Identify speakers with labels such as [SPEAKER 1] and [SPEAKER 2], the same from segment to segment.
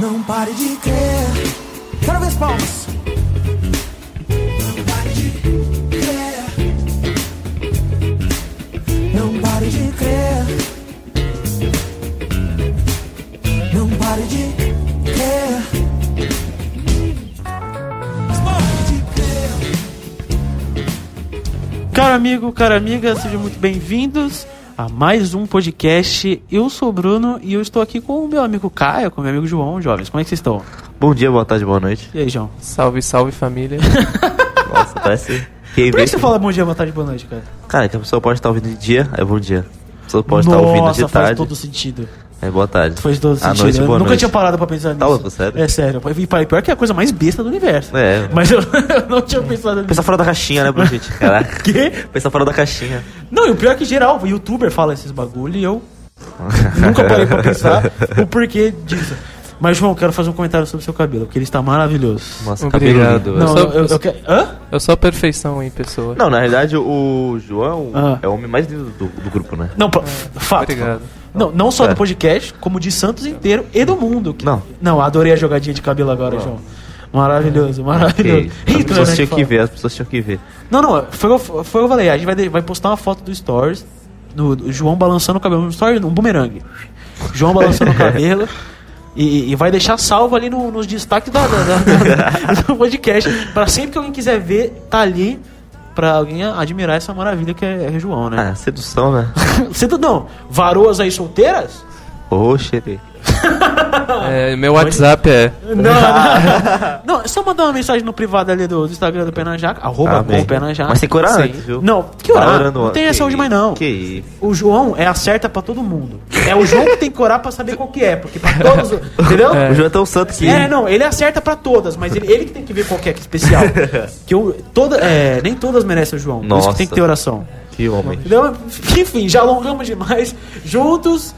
[SPEAKER 1] Não pare de crer. Quero ver as palmas. Não pare de crer. Não pare de crer. Não pare de crer. Mas pare de crer.
[SPEAKER 2] Caro amigo, cara amiga, sejam muito bem-vindos a mais um podcast. Eu sou o Bruno e eu estou aqui com o meu amigo Caio, com o meu amigo João, jovens. Como é que vocês estão?
[SPEAKER 3] Bom dia, boa tarde, boa noite.
[SPEAKER 2] E aí, João?
[SPEAKER 4] Salve, salve família.
[SPEAKER 3] Nossa, parece. Tá, Quem
[SPEAKER 2] Por que
[SPEAKER 3] vê...
[SPEAKER 2] você fala bom dia, boa tarde, boa noite, cara?
[SPEAKER 3] Cara, que a pessoa pode estar ouvindo de dia, é bom dia. A pessoa pode estar tá ouvindo
[SPEAKER 2] Nossa,
[SPEAKER 3] de
[SPEAKER 2] faz
[SPEAKER 3] tarde,
[SPEAKER 2] todo sentido.
[SPEAKER 3] é boa tarde.
[SPEAKER 2] Faz todo
[SPEAKER 3] à
[SPEAKER 2] sentido.
[SPEAKER 3] noite,
[SPEAKER 2] eu
[SPEAKER 3] boa
[SPEAKER 2] nunca
[SPEAKER 3] noite.
[SPEAKER 2] tinha parado pra pensar nisso.
[SPEAKER 3] Tá louco, sério?
[SPEAKER 2] É sério. E pai, pior que é a coisa mais besta do universo.
[SPEAKER 3] É.
[SPEAKER 2] Mas eu, eu não tinha pensado nisso.
[SPEAKER 3] Pensar fora da caixinha, né, Bruno, gente? Caraca.
[SPEAKER 2] Quê?
[SPEAKER 3] Pensar fora da caixinha.
[SPEAKER 2] Não, e o pior é que geral, o youtuber fala esses bagulho e eu nunca parei pra pensar o porquê disso. Mas, João, quero fazer um comentário sobre o seu cabelo, porque ele está maravilhoso.
[SPEAKER 3] Nossa,
[SPEAKER 4] Obrigado.
[SPEAKER 3] cabelo lindo.
[SPEAKER 4] Eu
[SPEAKER 2] Não,
[SPEAKER 4] só-
[SPEAKER 2] eu, eu,
[SPEAKER 4] eu só-
[SPEAKER 2] quero. Hã?
[SPEAKER 4] Eu sou a perfeição em pessoa.
[SPEAKER 3] Não, na realidade, o João
[SPEAKER 2] Ah.
[SPEAKER 3] é o homem mais lindo do, do grupo, né?
[SPEAKER 2] Não, pra- fato.
[SPEAKER 4] Obrigado.
[SPEAKER 2] Não, não só do
[SPEAKER 3] É.
[SPEAKER 2] podcast, como de Santos inteiro e do mundo. Que-
[SPEAKER 3] Não.
[SPEAKER 2] Não, adorei a jogadinha de cabelo agora, João. Maravilhoso, maravilhoso.
[SPEAKER 3] As
[SPEAKER 2] Hitler,
[SPEAKER 3] pessoas
[SPEAKER 2] né,
[SPEAKER 3] tinham
[SPEAKER 2] que
[SPEAKER 3] Então, que
[SPEAKER 2] fala.
[SPEAKER 3] ver, as pessoas tinham que ver.
[SPEAKER 2] Não, não, foi, o que eu- foi o que eu falei. A gente vai, de- vai postar uma foto do Stories, no, do João balançando o cabelo. Um Stories, um bumerangue. João balançando o cabelo. E, e vai deixar salvo ali no- nos destaques da, da- da- da- do podcast. Pra sempre que alguém quiser ver, tá ali. Pra alguém admirar essa maravilha que é, é João, né?
[SPEAKER 3] Ah, sedução, né?
[SPEAKER 2] Você tá- não, varoas aí solteiras?
[SPEAKER 3] Ô, xerê.
[SPEAKER 4] É, meu WhatsApp é.
[SPEAKER 2] Não, não. Não, é só mandar uma mensagem no privado ali do, do Instagram do Penajaca, arroba
[SPEAKER 3] Amém.
[SPEAKER 2] com Penajaca.
[SPEAKER 3] tá Mas tem que orar
[SPEAKER 4] Sim.
[SPEAKER 3] antes, viu?
[SPEAKER 2] Não, que
[SPEAKER 3] Tá
[SPEAKER 2] orar?
[SPEAKER 3] orando
[SPEAKER 2] Não tem
[SPEAKER 3] antes.
[SPEAKER 2] essa hoje mais não.
[SPEAKER 3] Que isso.
[SPEAKER 2] O João é a certa pra todo mundo. É o João que tem que orar pra saber qual que é, porque pra todos, os- entendeu?
[SPEAKER 3] O João é tão santo que...
[SPEAKER 2] É, não, ele acerta pra todas, mas ele, ele que tem que ver qual que é que é especial. que eu, toda, é, nem todas merecem o João. Por Isso que
[SPEAKER 3] Nossa.
[SPEAKER 2] tem que ter oração.
[SPEAKER 3] Que homem.
[SPEAKER 2] Então, enfim, já alongamos demais. Juntos,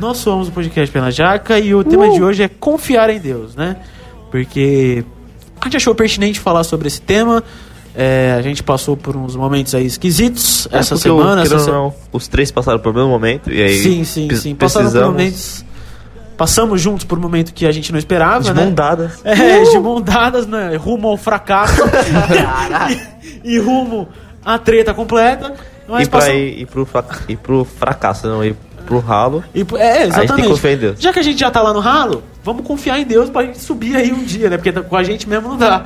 [SPEAKER 2] nós somos o podcast Pela Jaca e o tema
[SPEAKER 3] Uh!
[SPEAKER 2] de hoje é confiar em Deus, né? Porque a gente achou pertinente falar sobre esse tema. É, a gente passou por uns momentos aí esquisitos
[SPEAKER 3] É,
[SPEAKER 2] essa
[SPEAKER 3] porque o-
[SPEAKER 2] semana. Essa
[SPEAKER 3] querendo
[SPEAKER 2] se-
[SPEAKER 3] ou não, os três passaram por mesmo momento e aí.
[SPEAKER 2] Sim, sim,
[SPEAKER 3] pe-
[SPEAKER 2] sim. Passaram
[SPEAKER 3] Precisamos
[SPEAKER 2] por momentos. Passamos juntos por um momento que a gente não esperava,
[SPEAKER 3] de
[SPEAKER 2] né?
[SPEAKER 3] mão dadas.
[SPEAKER 2] É, de mão dadas, né? Rumo ao fracasso e, e rumo à treta completa. Mas
[SPEAKER 3] E, pra,
[SPEAKER 2] passamos-
[SPEAKER 3] ir- e, pro fra- e pro fracasso, não, e pro ralo.
[SPEAKER 2] E, pô, é, exatamente.
[SPEAKER 3] tem que confiar em Deus.
[SPEAKER 2] Já que a gente já tá lá no ralo, vamos confiar em Deus pra gente subir aí um dia, né? Porque tá- com a gente mesmo não dá.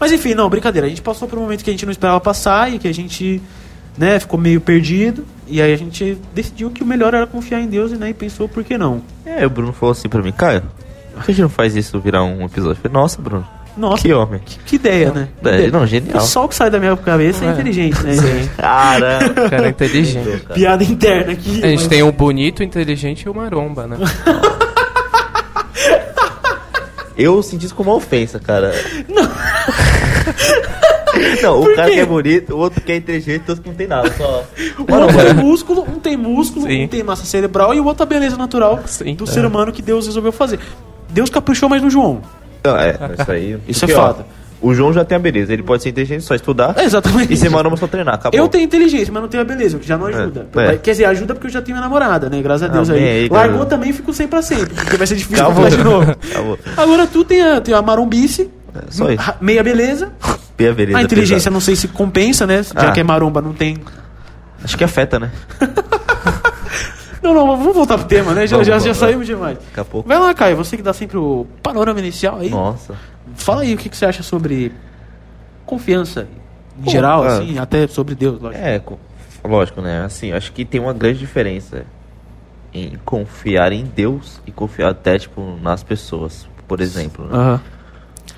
[SPEAKER 2] Mas enfim, não, brincadeira. A gente passou por um momento que a gente não esperava passar e que a gente, né, ficou meio perdido. E aí a gente decidiu que o melhor era confiar em Deus e, né, e pensou por que não.
[SPEAKER 3] É, o Bruno falou assim pra mim, Caio, por que a gente não faz isso virar um episódio? Eu falei, Nossa, Bruno,
[SPEAKER 2] Nossa,
[SPEAKER 3] que homem.
[SPEAKER 2] que, que ideia, né? Que
[SPEAKER 3] É,
[SPEAKER 2] ideia.
[SPEAKER 3] não,
[SPEAKER 2] O
[SPEAKER 3] genial.
[SPEAKER 2] só o que sai da minha cabeça é, inteligente, né? gente?
[SPEAKER 3] Caramba.
[SPEAKER 4] Cara é inteligente.
[SPEAKER 2] Piada interna aqui.
[SPEAKER 4] A gente
[SPEAKER 2] mas-
[SPEAKER 4] tem o bonito, inteligente e o maromba, né?
[SPEAKER 3] Eu senti isso como uma ofensa, cara. Não. o cara
[SPEAKER 2] quê?
[SPEAKER 3] que é bonito, o outro que é inteligente, o outro que não tem nada, só.
[SPEAKER 2] Um outro tem músculo, um tem músculo,
[SPEAKER 4] Sim.
[SPEAKER 2] um tem massa cerebral e o outro a beleza natural
[SPEAKER 4] Sim.
[SPEAKER 2] do
[SPEAKER 4] É.
[SPEAKER 2] ser humano que Deus resolveu fazer. Deus caprichou mais no João.
[SPEAKER 3] Não, é, isso aí.
[SPEAKER 2] Isso
[SPEAKER 3] porque,
[SPEAKER 2] é
[SPEAKER 3] ó,
[SPEAKER 2] fato.
[SPEAKER 3] O João já tem a beleza, ele pode ser inteligente, só estudar.
[SPEAKER 2] É, exatamente.
[SPEAKER 3] E ser maromba só treinar, acabou.
[SPEAKER 2] Eu tenho inteligência, mas não tenho a beleza, o que já não ajuda.
[SPEAKER 3] Tá É, é.
[SPEAKER 2] Quer dizer, ajuda porque eu já tenho minha namorada, né? Graças a Deus
[SPEAKER 3] Amém,
[SPEAKER 2] aí.
[SPEAKER 3] aí, cara.
[SPEAKER 2] Largou também, fico sem pra sempre, porque vai ser difícil
[SPEAKER 3] Acabou.
[SPEAKER 2] arrumar de novo.
[SPEAKER 3] Acabou.
[SPEAKER 2] Agora tu tem a, tem a marombice,
[SPEAKER 3] É, só isso.
[SPEAKER 2] ra- meia beleza,
[SPEAKER 3] Bem, a beleza,
[SPEAKER 2] a inteligência
[SPEAKER 3] pesada.
[SPEAKER 2] não sei se compensa, né? Já
[SPEAKER 3] Ah.
[SPEAKER 2] que é maromba, não tem...
[SPEAKER 3] Acho que afeta, né?
[SPEAKER 2] Não, não, vamos voltar pro tema, né? Já,
[SPEAKER 3] Vamos,
[SPEAKER 2] já, já
[SPEAKER 3] vamos,
[SPEAKER 2] saímos demais.
[SPEAKER 3] Daqui a pouco.
[SPEAKER 2] Vai lá, Caio, você que dá sempre o panorama inicial aí.
[SPEAKER 3] Nossa.
[SPEAKER 2] Fala aí o que, que você acha sobre confiança em geral,
[SPEAKER 3] ah.
[SPEAKER 2] assim, até sobre Deus, lógico.
[SPEAKER 3] É, co- lógico, né? Assim, eu acho que tem uma grande diferença em confiar em Deus e confiar até, tipo, nas pessoas, por exemplo. né?
[SPEAKER 2] Aham.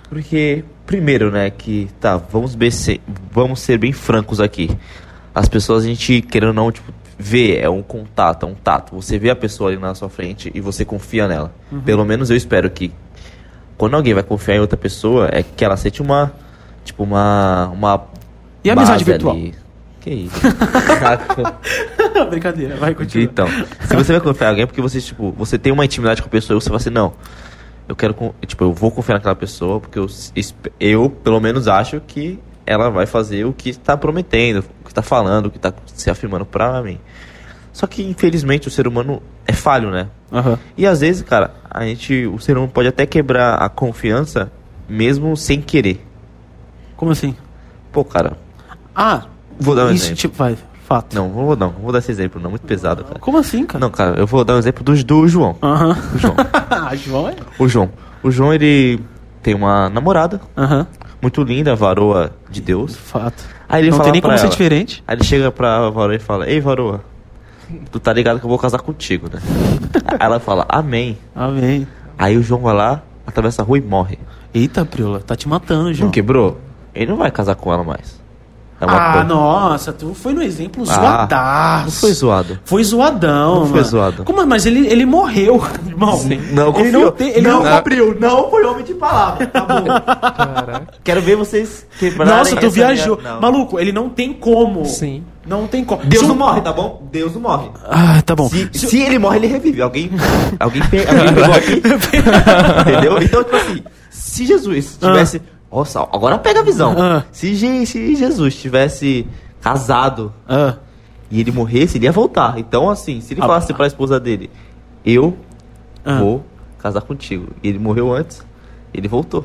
[SPEAKER 3] Porque, primeiro, né, que, tá, vamos, be- ser- vamos ser bem francos aqui. As pessoas, a gente, querendo ou não, tipo, vê, é um contato, é um tato. Você vê a pessoa ali na sua frente e você confia nela.
[SPEAKER 2] Uhum.
[SPEAKER 3] Pelo menos eu espero que quando alguém vai confiar em outra pessoa, é que ela sente uma, tipo, uma... uma
[SPEAKER 2] E a amizade
[SPEAKER 3] base
[SPEAKER 2] virtual?
[SPEAKER 3] ali. Que isso?
[SPEAKER 2] Brincadeira, vai, continua.
[SPEAKER 3] então, se você vai confiar em alguém, é porque você, tipo, você tem uma intimidade com a pessoa e você fala assim, não, eu quero, con- tipo, eu vou confiar naquela pessoa porque eu, s- esp- eu, pelo menos, acho que ela vai fazer o que está prometendo, o que está falando, o que está se afirmando pra mim. Só que, infelizmente, o ser humano é falho, né?
[SPEAKER 2] Aham.
[SPEAKER 3] E às vezes, cara, a gente, o ser humano pode até quebrar a confiança mesmo sem querer.
[SPEAKER 2] Como assim?
[SPEAKER 3] Pô, cara,
[SPEAKER 2] Ah,
[SPEAKER 3] vou dar um
[SPEAKER 2] isso
[SPEAKER 3] exemplo.
[SPEAKER 2] tipo, vai, fato.
[SPEAKER 3] Não, vou não, vou dar esse exemplo, não, muito pesado, cara.
[SPEAKER 2] Como assim, cara?
[SPEAKER 3] Não, cara, eu vou dar um exemplo do, do João.
[SPEAKER 2] Aham.
[SPEAKER 3] O João.
[SPEAKER 2] Ah, João é?
[SPEAKER 3] O João. O João, ele tem uma namorada
[SPEAKER 2] Aham.
[SPEAKER 3] muito linda, varoa de Deus.
[SPEAKER 2] Fato.
[SPEAKER 3] Aí ele
[SPEAKER 2] não
[SPEAKER 3] fala
[SPEAKER 2] tem nem
[SPEAKER 3] pra
[SPEAKER 2] como ser
[SPEAKER 3] ela-
[SPEAKER 2] diferente.
[SPEAKER 3] Aí ele chega pra varoa e fala, Ei, varoa, tu tá ligado que eu vou casar contigo, né? Aí ela fala, amém.
[SPEAKER 2] Amém.
[SPEAKER 3] Aí o João vai lá, atravessa a rua e morre.
[SPEAKER 2] Eita, Priola, tá te matando, João.
[SPEAKER 3] Não quebrou? Ele não vai casar com ela mais. É uma
[SPEAKER 2] Ah,
[SPEAKER 3] boa.
[SPEAKER 2] nossa, tu foi no exemplo
[SPEAKER 3] Ah,
[SPEAKER 2] zoadaço.
[SPEAKER 3] Não foi zoado.
[SPEAKER 2] Foi zoadão,
[SPEAKER 3] Não foi
[SPEAKER 2] mano.
[SPEAKER 3] zoado.
[SPEAKER 2] Como, mas ele, ele morreu, irmão.
[SPEAKER 3] Não
[SPEAKER 2] ele
[SPEAKER 3] confiou.
[SPEAKER 2] não tem, ele não,
[SPEAKER 4] Não.
[SPEAKER 3] cobriu, não foi homem de palavra. Tá bom.
[SPEAKER 4] Caraca.
[SPEAKER 3] Quero ver vocês quebrarem
[SPEAKER 2] Nossa, tu
[SPEAKER 3] essa
[SPEAKER 2] viajou.
[SPEAKER 3] minha- não.
[SPEAKER 2] Maluco, ele não tem como.
[SPEAKER 4] Sim.
[SPEAKER 2] Não tem como.
[SPEAKER 3] Deus
[SPEAKER 2] Se
[SPEAKER 3] não
[SPEAKER 2] um-
[SPEAKER 3] morre, tá bom? Deus não morre.
[SPEAKER 2] Ah, tá bom.
[SPEAKER 3] Se, se ele morre, ele revive. Alguém, alguém, pe- alguém pegou aqui. Entendeu? Então, tipo assim, se Jesus tivesse. Nossa, agora pega a visão.
[SPEAKER 2] Ah.
[SPEAKER 3] Se, Je- se Jesus tivesse casado
[SPEAKER 2] Ah,
[SPEAKER 3] e ele morresse, ele ia voltar. Então, assim, se ele
[SPEAKER 2] Ah,
[SPEAKER 3] falasse pra esposa dele, eu
[SPEAKER 2] ah,
[SPEAKER 3] vou casar contigo. E ele morreu antes, ele voltou.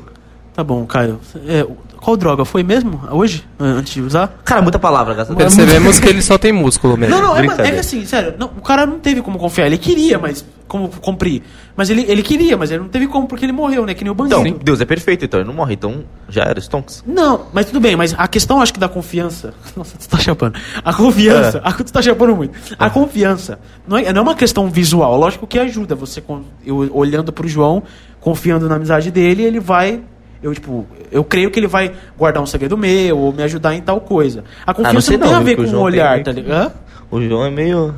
[SPEAKER 2] Tá bom, Caio. É, qual droga foi mesmo? Hoje? An- Antes de usar?
[SPEAKER 3] Cara, muita palavra, graças a Deus.
[SPEAKER 4] Percebemos que ele só tem músculo mesmo.
[SPEAKER 2] Não, não, é, é que
[SPEAKER 3] brincadeira.
[SPEAKER 2] assim, sério, não, o cara não teve como confiar. Ele queria, mas. Como cumprir. Mas ele, ele queria, mas ele não teve como, porque ele morreu, né? Que nem o bandido.
[SPEAKER 3] Então, Deus é perfeito, então ele não morre. Então, já era, Stonks.
[SPEAKER 2] Não, mas tudo bem, mas a questão acho que da confiança. Nossa, tu tá chapando. A
[SPEAKER 3] É.
[SPEAKER 2] confiança, a, tu tá chapando muito. A confiança não é, não é uma questão visual, lógico que ajuda você con- eu, olhando pro João, confiando na amizade dele, ele vai eu tipo, eu creio que ele vai guardar um segredo meu ou me ajudar em tal coisa. A confiança
[SPEAKER 3] sei
[SPEAKER 2] não, tem
[SPEAKER 3] Ah, não,
[SPEAKER 2] a ver com o
[SPEAKER 3] porque o João
[SPEAKER 2] olhar,
[SPEAKER 3] tem-
[SPEAKER 2] tá ligado? Hã?
[SPEAKER 3] O João é meio.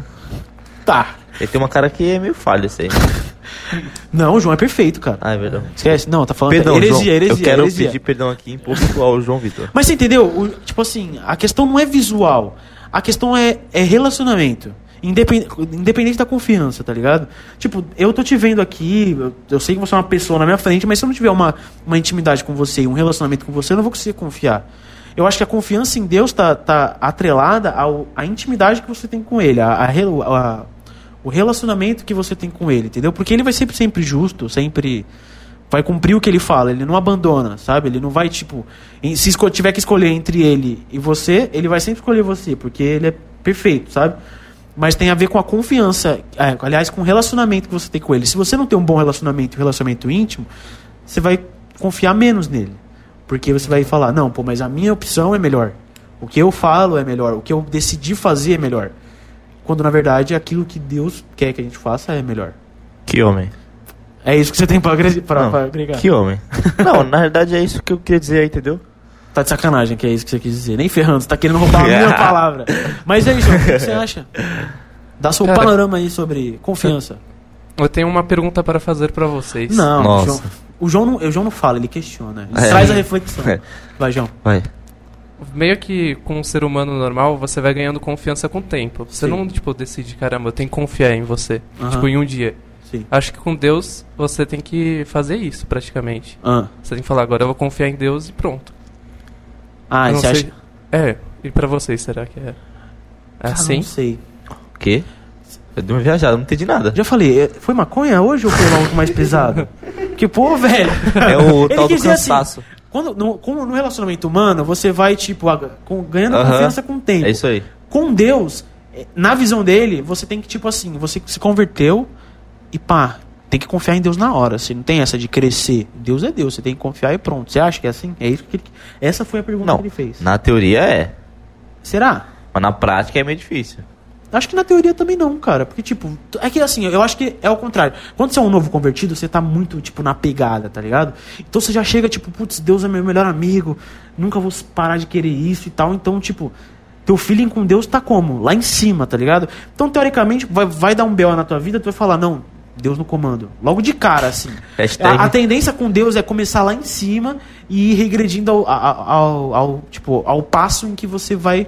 [SPEAKER 2] Tá.
[SPEAKER 3] Ele tem uma cara que é meio falho, isso aí.
[SPEAKER 2] Não, o João é perfeito, cara.
[SPEAKER 3] Ah, é verdade.
[SPEAKER 2] Esquece, não, tá falando
[SPEAKER 3] Perdão,
[SPEAKER 2] heresia,
[SPEAKER 3] João.
[SPEAKER 2] heresia,
[SPEAKER 3] eu quero
[SPEAKER 2] heresia.
[SPEAKER 3] pedir perdão aqui em público ao João Vitor.
[SPEAKER 2] Mas você entendeu? O- tipo assim, a questão não é visual. A questão é, é relacionamento. Independ- independente da confiança, tá ligado? Tipo, eu tô te vendo aqui, eu, eu sei que você é uma pessoa na minha frente, mas se eu não tiver uma, uma intimidade com você e um relacionamento com você, eu não vou conseguir confiar. Eu acho que a confiança em Deus tá, tá atrelada ao, à intimidade que você tem com Ele, a, a rel- a- o relacionamento que você tem com Ele, entendeu? Porque Ele vai sempre, sempre justo, sempre vai cumprir o que ele fala, ele não abandona, sabe? Ele não vai, tipo, em- se esco- tiver que escolher entre ele e você, ele vai sempre escolher você, porque ele é perfeito, sabe? Mas tem a ver com a confiança, é, aliás, com o relacionamento que você tem com ele. Se você não tem um bom relacionamento, um relacionamento íntimo, você vai confiar menos nele. Porque você vai falar, não, pô, mas a minha opção é melhor. O que eu falo é melhor, o que eu decidi fazer é melhor. Quando na verdade aquilo que Deus quer que a gente faça é melhor.
[SPEAKER 3] Que homem.
[SPEAKER 2] É isso que você tem pra, agre- pra-
[SPEAKER 3] Não,
[SPEAKER 2] pra agregar.
[SPEAKER 3] Que homem. Não, na verdade é isso que eu queria dizer aí, entendeu?
[SPEAKER 2] Tá de sacanagem, que é isso que você quis dizer. Nem ferrando, você tá querendo roubar a minha palavra. Mas é isso, o que que você acha? Dá seu
[SPEAKER 4] Cara,
[SPEAKER 2] panorama aí sobre confiança.
[SPEAKER 4] Eu tenho uma pergunta para fazer para vocês.
[SPEAKER 2] Não,
[SPEAKER 3] Nossa.
[SPEAKER 2] o João, o, João não, o João não fala, ele questiona. Ele
[SPEAKER 3] É.
[SPEAKER 2] traz a reflexão.
[SPEAKER 3] É.
[SPEAKER 2] Vai, João.
[SPEAKER 3] Vai.
[SPEAKER 4] Meio que com um ser humano normal, você vai ganhando confiança com o tempo. Você
[SPEAKER 2] Sim.
[SPEAKER 4] não, tipo, decide, caramba, eu tenho que confiar em você.
[SPEAKER 2] Aham.
[SPEAKER 4] Tipo, em um dia.
[SPEAKER 2] Sim.
[SPEAKER 4] Acho que com Deus, você tem que fazer isso, praticamente.
[SPEAKER 2] Ah,
[SPEAKER 4] Você tem que falar, agora eu vou confiar em Deus e pronto.
[SPEAKER 2] ah
[SPEAKER 4] Eu
[SPEAKER 2] e
[SPEAKER 4] não
[SPEAKER 2] você
[SPEAKER 4] sei-
[SPEAKER 2] acha.
[SPEAKER 4] É, e pra vocês, será que é
[SPEAKER 2] Ah,
[SPEAKER 4] assim?
[SPEAKER 2] não sei.
[SPEAKER 3] O quê? Eu dei uma viajada, não entendi nada.
[SPEAKER 2] Já falei, é, foi maconha hoje ou foi algo mais pesado? Que pô, velho.
[SPEAKER 3] É o
[SPEAKER 2] Ele
[SPEAKER 3] tal
[SPEAKER 2] quis
[SPEAKER 3] do
[SPEAKER 2] dizer assim,
[SPEAKER 3] cansaço.
[SPEAKER 2] Quando, no, como no relacionamento humano, você vai, tipo, a- com- ganhando
[SPEAKER 3] Aham.
[SPEAKER 2] confiança com o tempo.
[SPEAKER 3] É isso aí.
[SPEAKER 2] com Deus, eh, na visão dele, você tem que, tipo assim, você se converteu e pá, tem que confiar em Deus na hora. Você não tem essa de crescer. Deus é Deus, você tem que confiar e pronto. Você acha que é assim? É isso que ele... Essa foi a pergunta
[SPEAKER 3] Não,
[SPEAKER 2] que ele fez.
[SPEAKER 3] na teoria é.
[SPEAKER 2] Será?
[SPEAKER 3] Mas na prática é meio difícil.
[SPEAKER 2] Acho que na teoria também não, cara. Porque, tipo, t- é que assim, eu acho que é o contrário. Quando você é um novo convertido, você tá muito, tipo, na pegada, tá ligado? Então você já chega, tipo, putz, Deus é meu melhor amigo, nunca vou parar de querer isso e tal. Então, tipo, teu feeling com Deus tá como? Lá em cima, tá ligado? Então, teoricamente, vai, vai dar um B.O. na tua vida, tu vai falar, não, Deus no comando. Logo de cara, assim.
[SPEAKER 3] Hashtag-
[SPEAKER 2] A, a tendência com Deus é começar lá em cima e ir regredindo ao, ao, ao- ao, tipo, ao passo em que você vai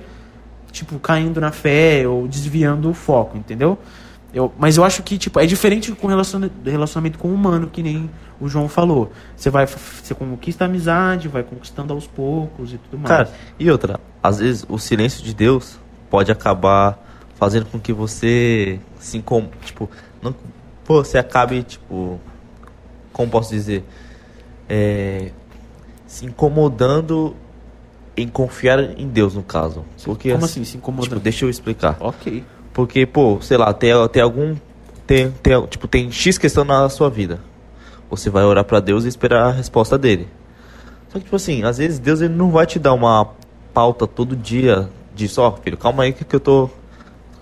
[SPEAKER 2] tipo, caindo na fé ou desviando o foco, entendeu? Eu, mas eu acho que, tipo, é diferente com relaciona- relacionamento com o humano, que nem o João falou. Você vai, f- você conquista a amizade, vai conquistando aos poucos e tudo mais.
[SPEAKER 3] Cara, e outra, às vezes o silêncio de Deus pode acabar fazendo com que você se incom... tipo, não... Pô, você acabe, tipo, como posso dizer, é, se incomodando em confiar em Deus, no caso. Porque,
[SPEAKER 2] Como assim, se incomodando?
[SPEAKER 3] Tipo, deixa eu explicar.
[SPEAKER 2] Ok.
[SPEAKER 3] Porque, pô, sei lá, tem, tem algum. Tem, tem, tipo, tem X questão na sua vida. Você vai orar pra Deus e esperar a resposta dele. Só que, tipo assim, às vezes Deus ele não vai te dar uma pauta todo dia de só, filho, calma aí que, que eu tô.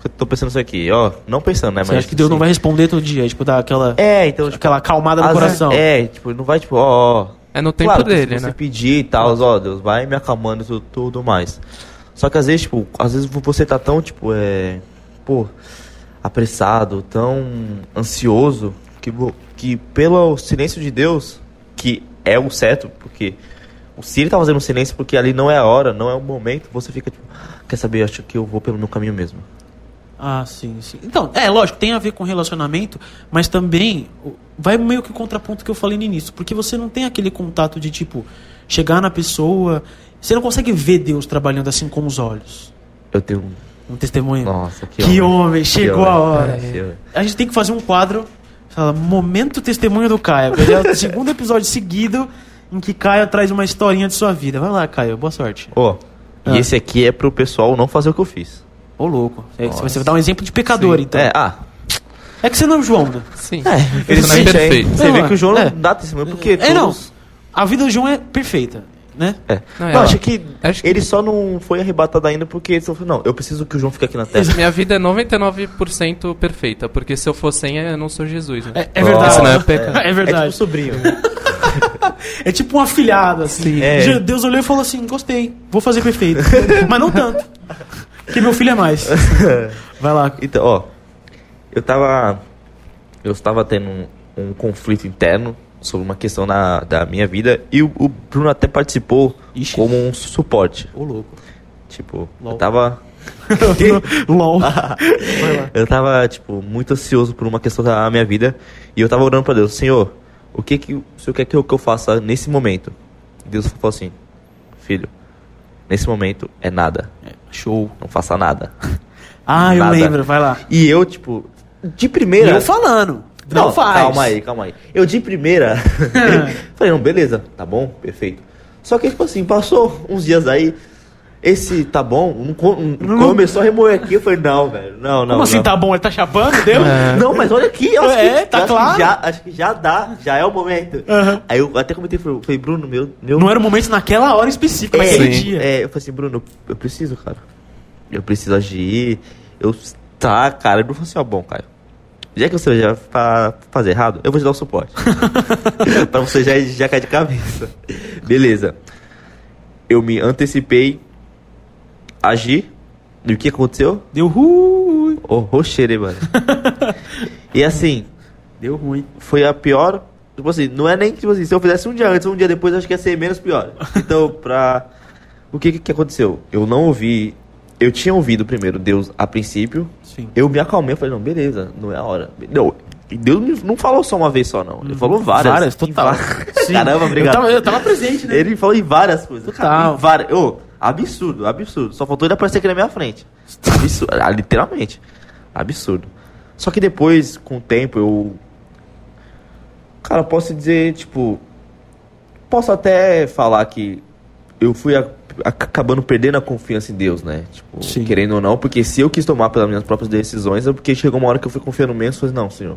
[SPEAKER 3] que eu tô pensando isso aqui. Ó, não pensando, né?
[SPEAKER 2] Você acha que Deus não vai responder todo dia? Tipo, dar aquela,
[SPEAKER 3] É, então, tipo,
[SPEAKER 2] aquela acalmada no
[SPEAKER 3] às vezes-
[SPEAKER 2] coração.
[SPEAKER 3] É, tipo, não vai, tipo, ó, ó,
[SPEAKER 4] É no tempo
[SPEAKER 3] Claro que
[SPEAKER 4] dele,
[SPEAKER 3] se você
[SPEAKER 4] né?
[SPEAKER 3] pedir e tal, ó, Deus, vai me acalmando e tu- tudo mais. Só que às vezes, tipo, às vezes você tá tão, tipo, é. Pô, apressado, tão ansioso, que, vo- que pelo silêncio de Deus, que é o certo, porque. Se ele tá fazendo silêncio porque ali não é a hora, não é o momento, você fica tipo, quer saber, acho que eu vou pelo meu caminho mesmo.
[SPEAKER 2] Ah, sim, sim. Então, é lógico, tem a ver com relacionamento, mas também o- vai meio que o contraponto que eu falei no início, porque você não tem aquele contato de tipo chegar na pessoa, você não consegue ver Deus trabalhando assim com os olhos.
[SPEAKER 3] Eu tenho.
[SPEAKER 2] Um testemunho.
[SPEAKER 3] Nossa, que,
[SPEAKER 2] que, homem, chegou
[SPEAKER 3] homem. É.
[SPEAKER 2] a hora.
[SPEAKER 3] Que homem.
[SPEAKER 2] A gente tem que fazer um quadro, fala, momento testemunho do Caio. porque É o segundo episódio seguido em que Caio traz uma historinha de sua vida. Vai lá, Caio, boa sorte.
[SPEAKER 3] Ó,
[SPEAKER 2] Ah.
[SPEAKER 3] e esse aqui é pro pessoal não fazer o que eu fiz.
[SPEAKER 2] Ô louco, é, você
[SPEAKER 3] Nossa.
[SPEAKER 2] vai dar um exemplo de pecador, então.
[SPEAKER 3] É,
[SPEAKER 2] É.
[SPEAKER 3] ah,
[SPEAKER 2] que você não é o João, né?
[SPEAKER 4] Sim.
[SPEAKER 3] Ele
[SPEAKER 4] Isso não é
[SPEAKER 3] sente aí.
[SPEAKER 4] perfeito.
[SPEAKER 2] É,
[SPEAKER 3] Você vê
[SPEAKER 2] mano.
[SPEAKER 3] que o João
[SPEAKER 2] É.
[SPEAKER 3] não dá testemunho porque
[SPEAKER 2] É, não.
[SPEAKER 3] todos-
[SPEAKER 2] A vida do João é perfeita, né?
[SPEAKER 3] É.
[SPEAKER 4] Não,
[SPEAKER 3] Não,
[SPEAKER 4] é,
[SPEAKER 3] eu
[SPEAKER 4] ó,
[SPEAKER 3] acho que,
[SPEAKER 4] acho que-
[SPEAKER 3] ele só não foi arrebatado ainda porque ele só falou, não, eu preciso que o João fique aqui na terra.
[SPEAKER 4] Minha vida é 99% perfeita, porque se eu for 100, eu não sou Jesus, né?
[SPEAKER 2] É, é verdade.
[SPEAKER 4] Isso não é pecado.
[SPEAKER 2] é,
[SPEAKER 3] É tipo
[SPEAKER 2] verdade.
[SPEAKER 3] sobrinho.
[SPEAKER 2] É tipo um afilhado, assim.
[SPEAKER 3] É.
[SPEAKER 2] Je- Deus olhou e falou assim: gostei, vou fazer perfeito. Mas não tanto. Que meu filho é mais. Vai lá.
[SPEAKER 3] então, ó, eu tava eu estava tendo um, um conflito interno sobre uma questão na, da minha vida e o, o Bruno até participou
[SPEAKER 2] Ixi.
[SPEAKER 3] como um suporte.
[SPEAKER 2] Ô, louco.
[SPEAKER 3] Tipo,
[SPEAKER 2] Lol.
[SPEAKER 3] eu tava
[SPEAKER 2] LOL.
[SPEAKER 3] Ah, Eu tava, tipo, muito ansioso por uma questão da minha vida. E eu tava orando pra Deus, Senhor, o que que o Senhor quer que eu, que eu faça nesse momento? Deus falou assim, filho, nesse momento é nada.
[SPEAKER 2] Show.
[SPEAKER 3] Não faça nada.
[SPEAKER 2] Ah, eu
[SPEAKER 3] Nada.
[SPEAKER 2] lembro, vai lá.
[SPEAKER 3] E eu, tipo, de
[SPEAKER 2] E
[SPEAKER 3] primeira.
[SPEAKER 2] eu falando. Não, faz.
[SPEAKER 3] Calma aí, calma aí. Eu de primeira. falei, não, beleza, tá bom, perfeito. Só que, tipo assim, passou uns dias aí. Esse tá bom, não co- não
[SPEAKER 2] Não-
[SPEAKER 3] começou a remoer aqui. Eu falei, não, velho, não, não.
[SPEAKER 2] Como assim
[SPEAKER 3] não.
[SPEAKER 2] tá bom? Ele tá chapando, deu?
[SPEAKER 3] Não, mas olha aqui, eu acho,
[SPEAKER 2] É,
[SPEAKER 3] que,
[SPEAKER 2] tá
[SPEAKER 3] eu acho
[SPEAKER 2] claro.
[SPEAKER 3] que já, acho que já dá, já é o momento.
[SPEAKER 2] Aham.
[SPEAKER 3] Aí eu até comentei, falei, falei, Bruno, meu, meu...
[SPEAKER 2] Não era o momento naquela hora específica,
[SPEAKER 3] é,
[SPEAKER 2] naquele
[SPEAKER 3] sim.
[SPEAKER 2] dia.
[SPEAKER 3] É, eu falei assim, Bruno, eu preciso, cara. Eu preciso agir, eu... Tá, cara, o Bruno falou assim, ó, bom, Caio, já que você já pra fazer errado, eu vou te dar o suporte. pra você já, já cair de cabeça. Beleza. Eu me antecipei, agi, e o que aconteceu?
[SPEAKER 2] Deu ruim.
[SPEAKER 3] Ô, roxerei, mano. e assim...
[SPEAKER 2] Deu ruim.
[SPEAKER 3] foi a pior. Tipo assim, não é nem que tipo assim, se eu fizesse um dia antes ou um dia depois, acho que ia ser menos pior. Então, pra. O que, que aconteceu? Eu não ouvi. Eu tinha ouvido primeiro Deus a princípio.
[SPEAKER 2] Sim.
[SPEAKER 3] Eu me acalmei, eu falei, não, beleza, não é a hora. Não, e Deus me- não falou só uma vez só, não. Ele falou várias.
[SPEAKER 2] Várias, total.
[SPEAKER 3] Em va- Caramba, obrigado.
[SPEAKER 2] Eu tava, eu tava presente, né?
[SPEAKER 3] Ele falou em várias coisas.
[SPEAKER 2] Total.
[SPEAKER 3] Cara, em várias. Ô, absurdo, absurdo. Só faltou ele aparecer aqui na minha frente. Absurdo. ah, Literalmente. Absurdo. Só que depois, com o tempo, eu. Cara, posso dizer, tipo. Posso até falar que eu fui a- a- acabando perdendo a confiança em Deus, né? Tipo,
[SPEAKER 2] Sim.
[SPEAKER 3] querendo ou não, porque se eu quis tomar pelas minhas próprias decisões, é porque chegou uma hora que eu fui confiando menos e falei, não, senhor.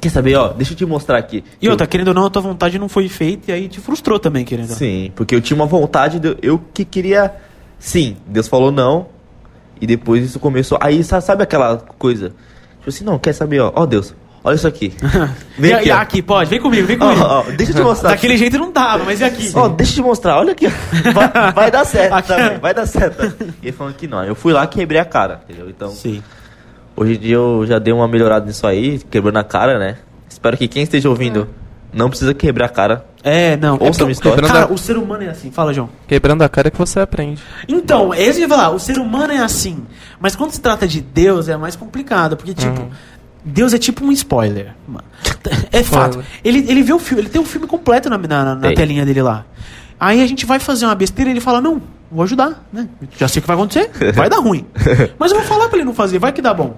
[SPEAKER 3] Quer saber, ó, deixa eu te mostrar aqui.
[SPEAKER 2] E
[SPEAKER 3] Eu-
[SPEAKER 2] outra, querendo ou não, a tua vontade não foi feita e aí te frustrou também, querendo ou não.
[SPEAKER 3] Sim, porque eu tinha uma vontade, de- eu que queria. Sim, Deus falou não. E depois isso começou. Aí sa- sabe aquela coisa? Tipo assim, não, quer saber, ó, ó Deus, olha isso aqui. Vem
[SPEAKER 2] E aqui,
[SPEAKER 3] aqui, ó.
[SPEAKER 2] aqui, pode, vem comigo, vem comigo.
[SPEAKER 3] Ó, ó, deixa eu te mostrar.
[SPEAKER 2] Daquele jeito não dava, mas e aqui?
[SPEAKER 3] Ó, deixa eu te mostrar, olha aqui. Vai, vai dar certo
[SPEAKER 2] Aqui.
[SPEAKER 3] também, vai dar certo. E ele falando que não. Eu fui lá e quebrei a cara, entendeu? Então,
[SPEAKER 2] Sim.
[SPEAKER 3] hoje em dia eu já dei uma melhorada nisso aí, quebrando a cara, né? Espero que quem esteja ouvindo não precisa quebrar a cara.
[SPEAKER 2] É, não.
[SPEAKER 3] Ouça
[SPEAKER 2] é
[SPEAKER 3] uma história.
[SPEAKER 2] Cara, o ser humano é assim. Fala, João.
[SPEAKER 4] Quebrando a cara é que você aprende.
[SPEAKER 2] Então, é isso que eu ia falar. O ser humano é assim. Mas quando se trata de Deus, é mais complicado. Porque, tipo, Deus é tipo um spoiler. mano. É fato. Ele, ele vê o filme, ele tem o filme completo na, na, na
[SPEAKER 3] Tem.
[SPEAKER 2] telinha dele lá. Aí a gente vai fazer uma besteira e ele fala, não, vou ajudar, né? Já sei o que vai acontecer, vai dar ruim. Mas eu vou falar pra ele não fazer, vai que dá bom.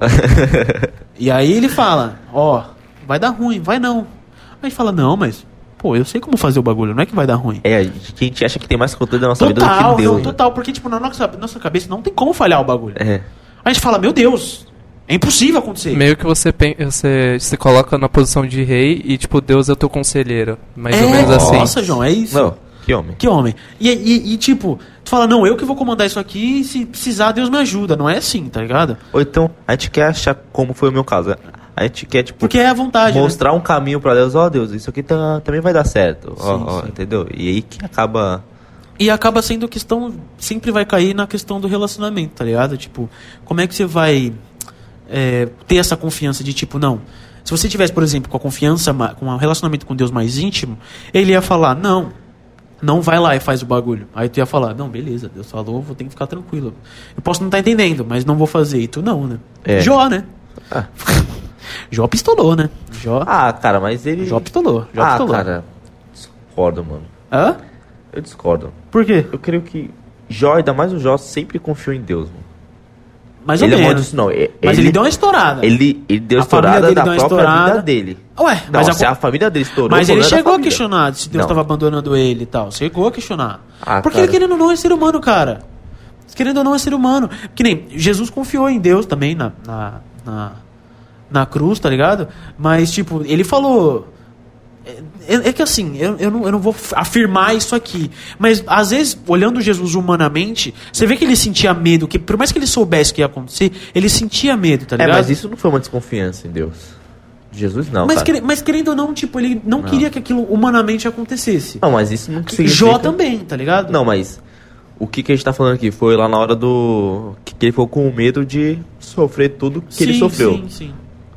[SPEAKER 2] E aí ele fala, ó, vai dar ruim, vai não. Aí fala, não, mas pô, eu sei como fazer o bagulho, não é que vai dar ruim.
[SPEAKER 3] É, a gente a gente acha que tem mais controle da nossa vida do
[SPEAKER 2] Total,
[SPEAKER 3] que Deus.
[SPEAKER 2] não,
[SPEAKER 3] né?
[SPEAKER 2] total, porque, tipo, na nossa, nossa cabeça não tem como falhar o bagulho.
[SPEAKER 3] É.
[SPEAKER 2] A gente fala, meu Deus, é impossível acontecer.
[SPEAKER 4] Meio que você, pen- você se coloca na posição de rei e, tipo, Deus é o teu conselheiro. Mais ou
[SPEAKER 2] É,
[SPEAKER 4] menos assim.
[SPEAKER 2] Nossa, João, é isso.
[SPEAKER 3] Não, que homem.
[SPEAKER 2] Que homem. E, e- e, tipo, tu fala, não, eu que vou comandar isso aqui e se precisar, Deus me ajuda. Não é assim, tá ligado?
[SPEAKER 3] Ou então, a gente quer achar como foi o meu caso. né? A gente quer, tipo,
[SPEAKER 2] Porque é a vontade. né?
[SPEAKER 3] mostrar um caminho pra Deus. Ó, Deus, isso aqui tá- também vai dar certo. Ó,
[SPEAKER 2] Sim,
[SPEAKER 3] ó,
[SPEAKER 2] sim.
[SPEAKER 3] entendeu? E aí que acaba.
[SPEAKER 2] E acaba sendo questão. Sempre vai cair na questão do relacionamento, tá ligado? Tipo, como é que você vai é, ter essa confiança de tipo, não. Se você tivesse, por exemplo, com a confiança, ma- com um relacionamento com Deus mais íntimo, ele ia falar, não. Não vai lá e faz o bagulho. Aí tu ia falar, não, beleza, Deus falou, vou ter que ficar tranquilo. Eu posso não estar entendendo, mas não vou fazer. E tu não, né?
[SPEAKER 3] É.
[SPEAKER 2] Jó, né?
[SPEAKER 3] Ah.
[SPEAKER 2] Jó pistolou, né? Jó,
[SPEAKER 3] Ah, cara, mas ele.
[SPEAKER 2] Jó pistolou. Jó
[SPEAKER 3] ah,
[SPEAKER 2] pistolou.
[SPEAKER 3] cara. Discordo, mano.
[SPEAKER 2] Hã?
[SPEAKER 3] Eu discordo.
[SPEAKER 2] Por quê?
[SPEAKER 3] Eu creio que Jó, ainda mais o Jó, sempre confiou em Deus, mano.
[SPEAKER 2] Mais
[SPEAKER 3] ele
[SPEAKER 2] ou
[SPEAKER 3] é
[SPEAKER 2] menos.
[SPEAKER 3] disso, não. E-
[SPEAKER 2] Mas ele, deu uma estourada.
[SPEAKER 3] Ele, ele deu
[SPEAKER 2] A família
[SPEAKER 3] estourada
[SPEAKER 2] dele
[SPEAKER 3] da
[SPEAKER 2] deu uma
[SPEAKER 3] própria
[SPEAKER 2] estourada.
[SPEAKER 3] vida dele.
[SPEAKER 2] Ué,
[SPEAKER 3] Não,
[SPEAKER 2] mas a
[SPEAKER 3] se a família dele estourou,
[SPEAKER 2] Mas
[SPEAKER 3] o
[SPEAKER 2] ele
[SPEAKER 3] problema é da
[SPEAKER 2] chegou a
[SPEAKER 3] família.
[SPEAKER 2] questionar se Deus
[SPEAKER 3] Não.
[SPEAKER 2] estava abandonando ele e tal. Chegou a questionar.
[SPEAKER 3] Ah,
[SPEAKER 2] Porque
[SPEAKER 3] cara.
[SPEAKER 2] ele, querendo ou não, é ser humano, cara. Querendo ou não, é ser humano. Que nem Jesus confiou em Deus também na, na, na, na cruz, tá ligado? Mas, tipo, ele falou. É, é que assim, eu, eu, não, eu não vou f- afirmar isso aqui. Mas às vezes, olhando Jesus humanamente, você vê que ele sentia medo, que por mais que ele soubesse o que ia acontecer, ele sentia medo, tá
[SPEAKER 3] É,
[SPEAKER 2] ligado?
[SPEAKER 3] mas isso não foi uma desconfiança em Deus. Jesus não,
[SPEAKER 2] Mas,
[SPEAKER 3] cara.
[SPEAKER 2] quere- mas querendo ou não, tipo, ele não, queria que aquilo humanamente acontecesse.
[SPEAKER 3] Não, mas isso não significa...
[SPEAKER 2] Jó também, tá ligado?
[SPEAKER 3] Não, mas o que, que a gente tá falando aqui? Foi lá na hora do... Que, que ele ficou com medo de sofrer tudo que ele
[SPEAKER 2] Sim,
[SPEAKER 3] sofreu.
[SPEAKER 2] Sim, sim.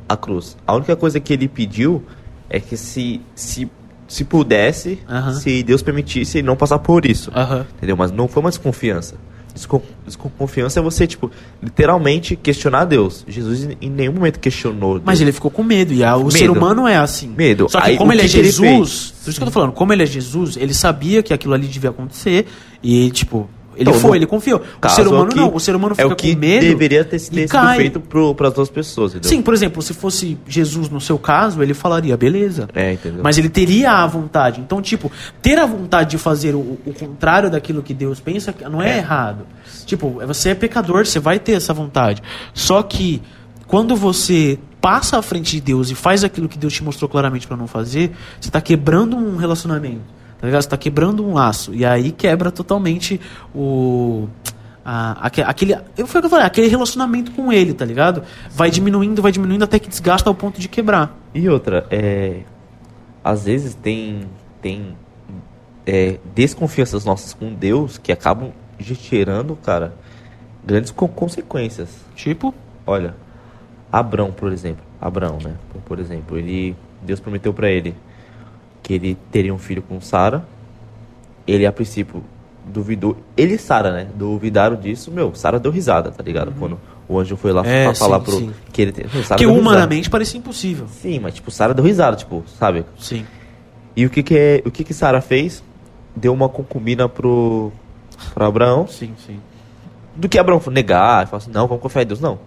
[SPEAKER 3] A cruz. A única coisa que ele pediu é que se... se se pudesse,
[SPEAKER 2] Aham.
[SPEAKER 3] se Deus permitisse, ele não passar por isso.
[SPEAKER 2] Aham.
[SPEAKER 3] Entendeu? Mas não foi uma desconfiança. Descon- Desconfiança é você, tipo, literalmente questionar Deus. Jesus em nenhum momento questionou.
[SPEAKER 2] Mas
[SPEAKER 3] Deus.
[SPEAKER 2] ele ficou com medo, e a- o ser humano é assim.
[SPEAKER 3] Medo.
[SPEAKER 2] Só que
[SPEAKER 3] Aí,
[SPEAKER 2] como
[SPEAKER 3] o
[SPEAKER 2] ele
[SPEAKER 3] que
[SPEAKER 2] é
[SPEAKER 3] que ele
[SPEAKER 2] Jesus,
[SPEAKER 3] fez?
[SPEAKER 2] por isso que eu tô falando, como ele é Jesus, ele sabia que aquilo ali devia acontecer, e tipo, ele
[SPEAKER 3] Então,
[SPEAKER 2] foi,
[SPEAKER 3] no
[SPEAKER 2] ele confiou. O
[SPEAKER 3] Caso
[SPEAKER 2] ser humano
[SPEAKER 3] é o que-
[SPEAKER 2] não, o ser humano fica
[SPEAKER 3] é o que
[SPEAKER 2] com medo.
[SPEAKER 3] deveria ter, ter
[SPEAKER 2] e
[SPEAKER 3] sido
[SPEAKER 2] cai.
[SPEAKER 3] feito para as duas pessoas, entendeu?
[SPEAKER 2] Sim, por exemplo, se fosse Jesus no seu caso, ele falaria, beleza.
[SPEAKER 3] É, entendeu?
[SPEAKER 2] Mas ele teria a vontade. Então, tipo, ter a vontade de fazer o, o contrário daquilo que Deus pensa não é, errado. Tipo, você é pecador, você vai ter essa vontade. Só que quando você passa à frente de Deus e faz aquilo que Deus te mostrou claramente pra não fazer, você tá quebrando um relacionamento. Tá ligado? Você tá quebrando um laço. E aí quebra totalmente o. a- aque- aquele, eu fui o que eu falei, aquele relacionamento com ele, tá ligado? Vai diminuindo, vai diminuindo até que desgasta ao ponto de quebrar.
[SPEAKER 3] E outra, é. Às vezes tem. tem é, desconfianças nossas com Deus que acabam gerando, cara, grandes co- consequências.
[SPEAKER 2] Tipo,
[SPEAKER 3] Olha, Abrão, por exemplo. Abrão, né? Por, por exemplo, ele Deus prometeu pra ele que ele teria um filho com Sara. Ele a princípio duvidou, ele e Sara, né? Duvidaram disso. Meu, Sara deu risada, tá ligado? Quando o anjo foi lá
[SPEAKER 2] Uhum. É,
[SPEAKER 3] pra falar
[SPEAKER 2] sim,
[SPEAKER 3] pro
[SPEAKER 2] sim.
[SPEAKER 3] que ele tem, Meu, Sara
[SPEAKER 2] que né?
[SPEAKER 3] deu risada.
[SPEAKER 2] humanamente parecia impossível.
[SPEAKER 3] Sim, mas tipo, Sara deu risada, tipo, sabe?
[SPEAKER 2] Sim.
[SPEAKER 3] E o que que é, o que que Sara fez? Deu uma concubina pro para Abraão.
[SPEAKER 2] Sim, sim.
[SPEAKER 3] do que Abraão negar, e falar assim, não, vamos confiar em Deus. Não.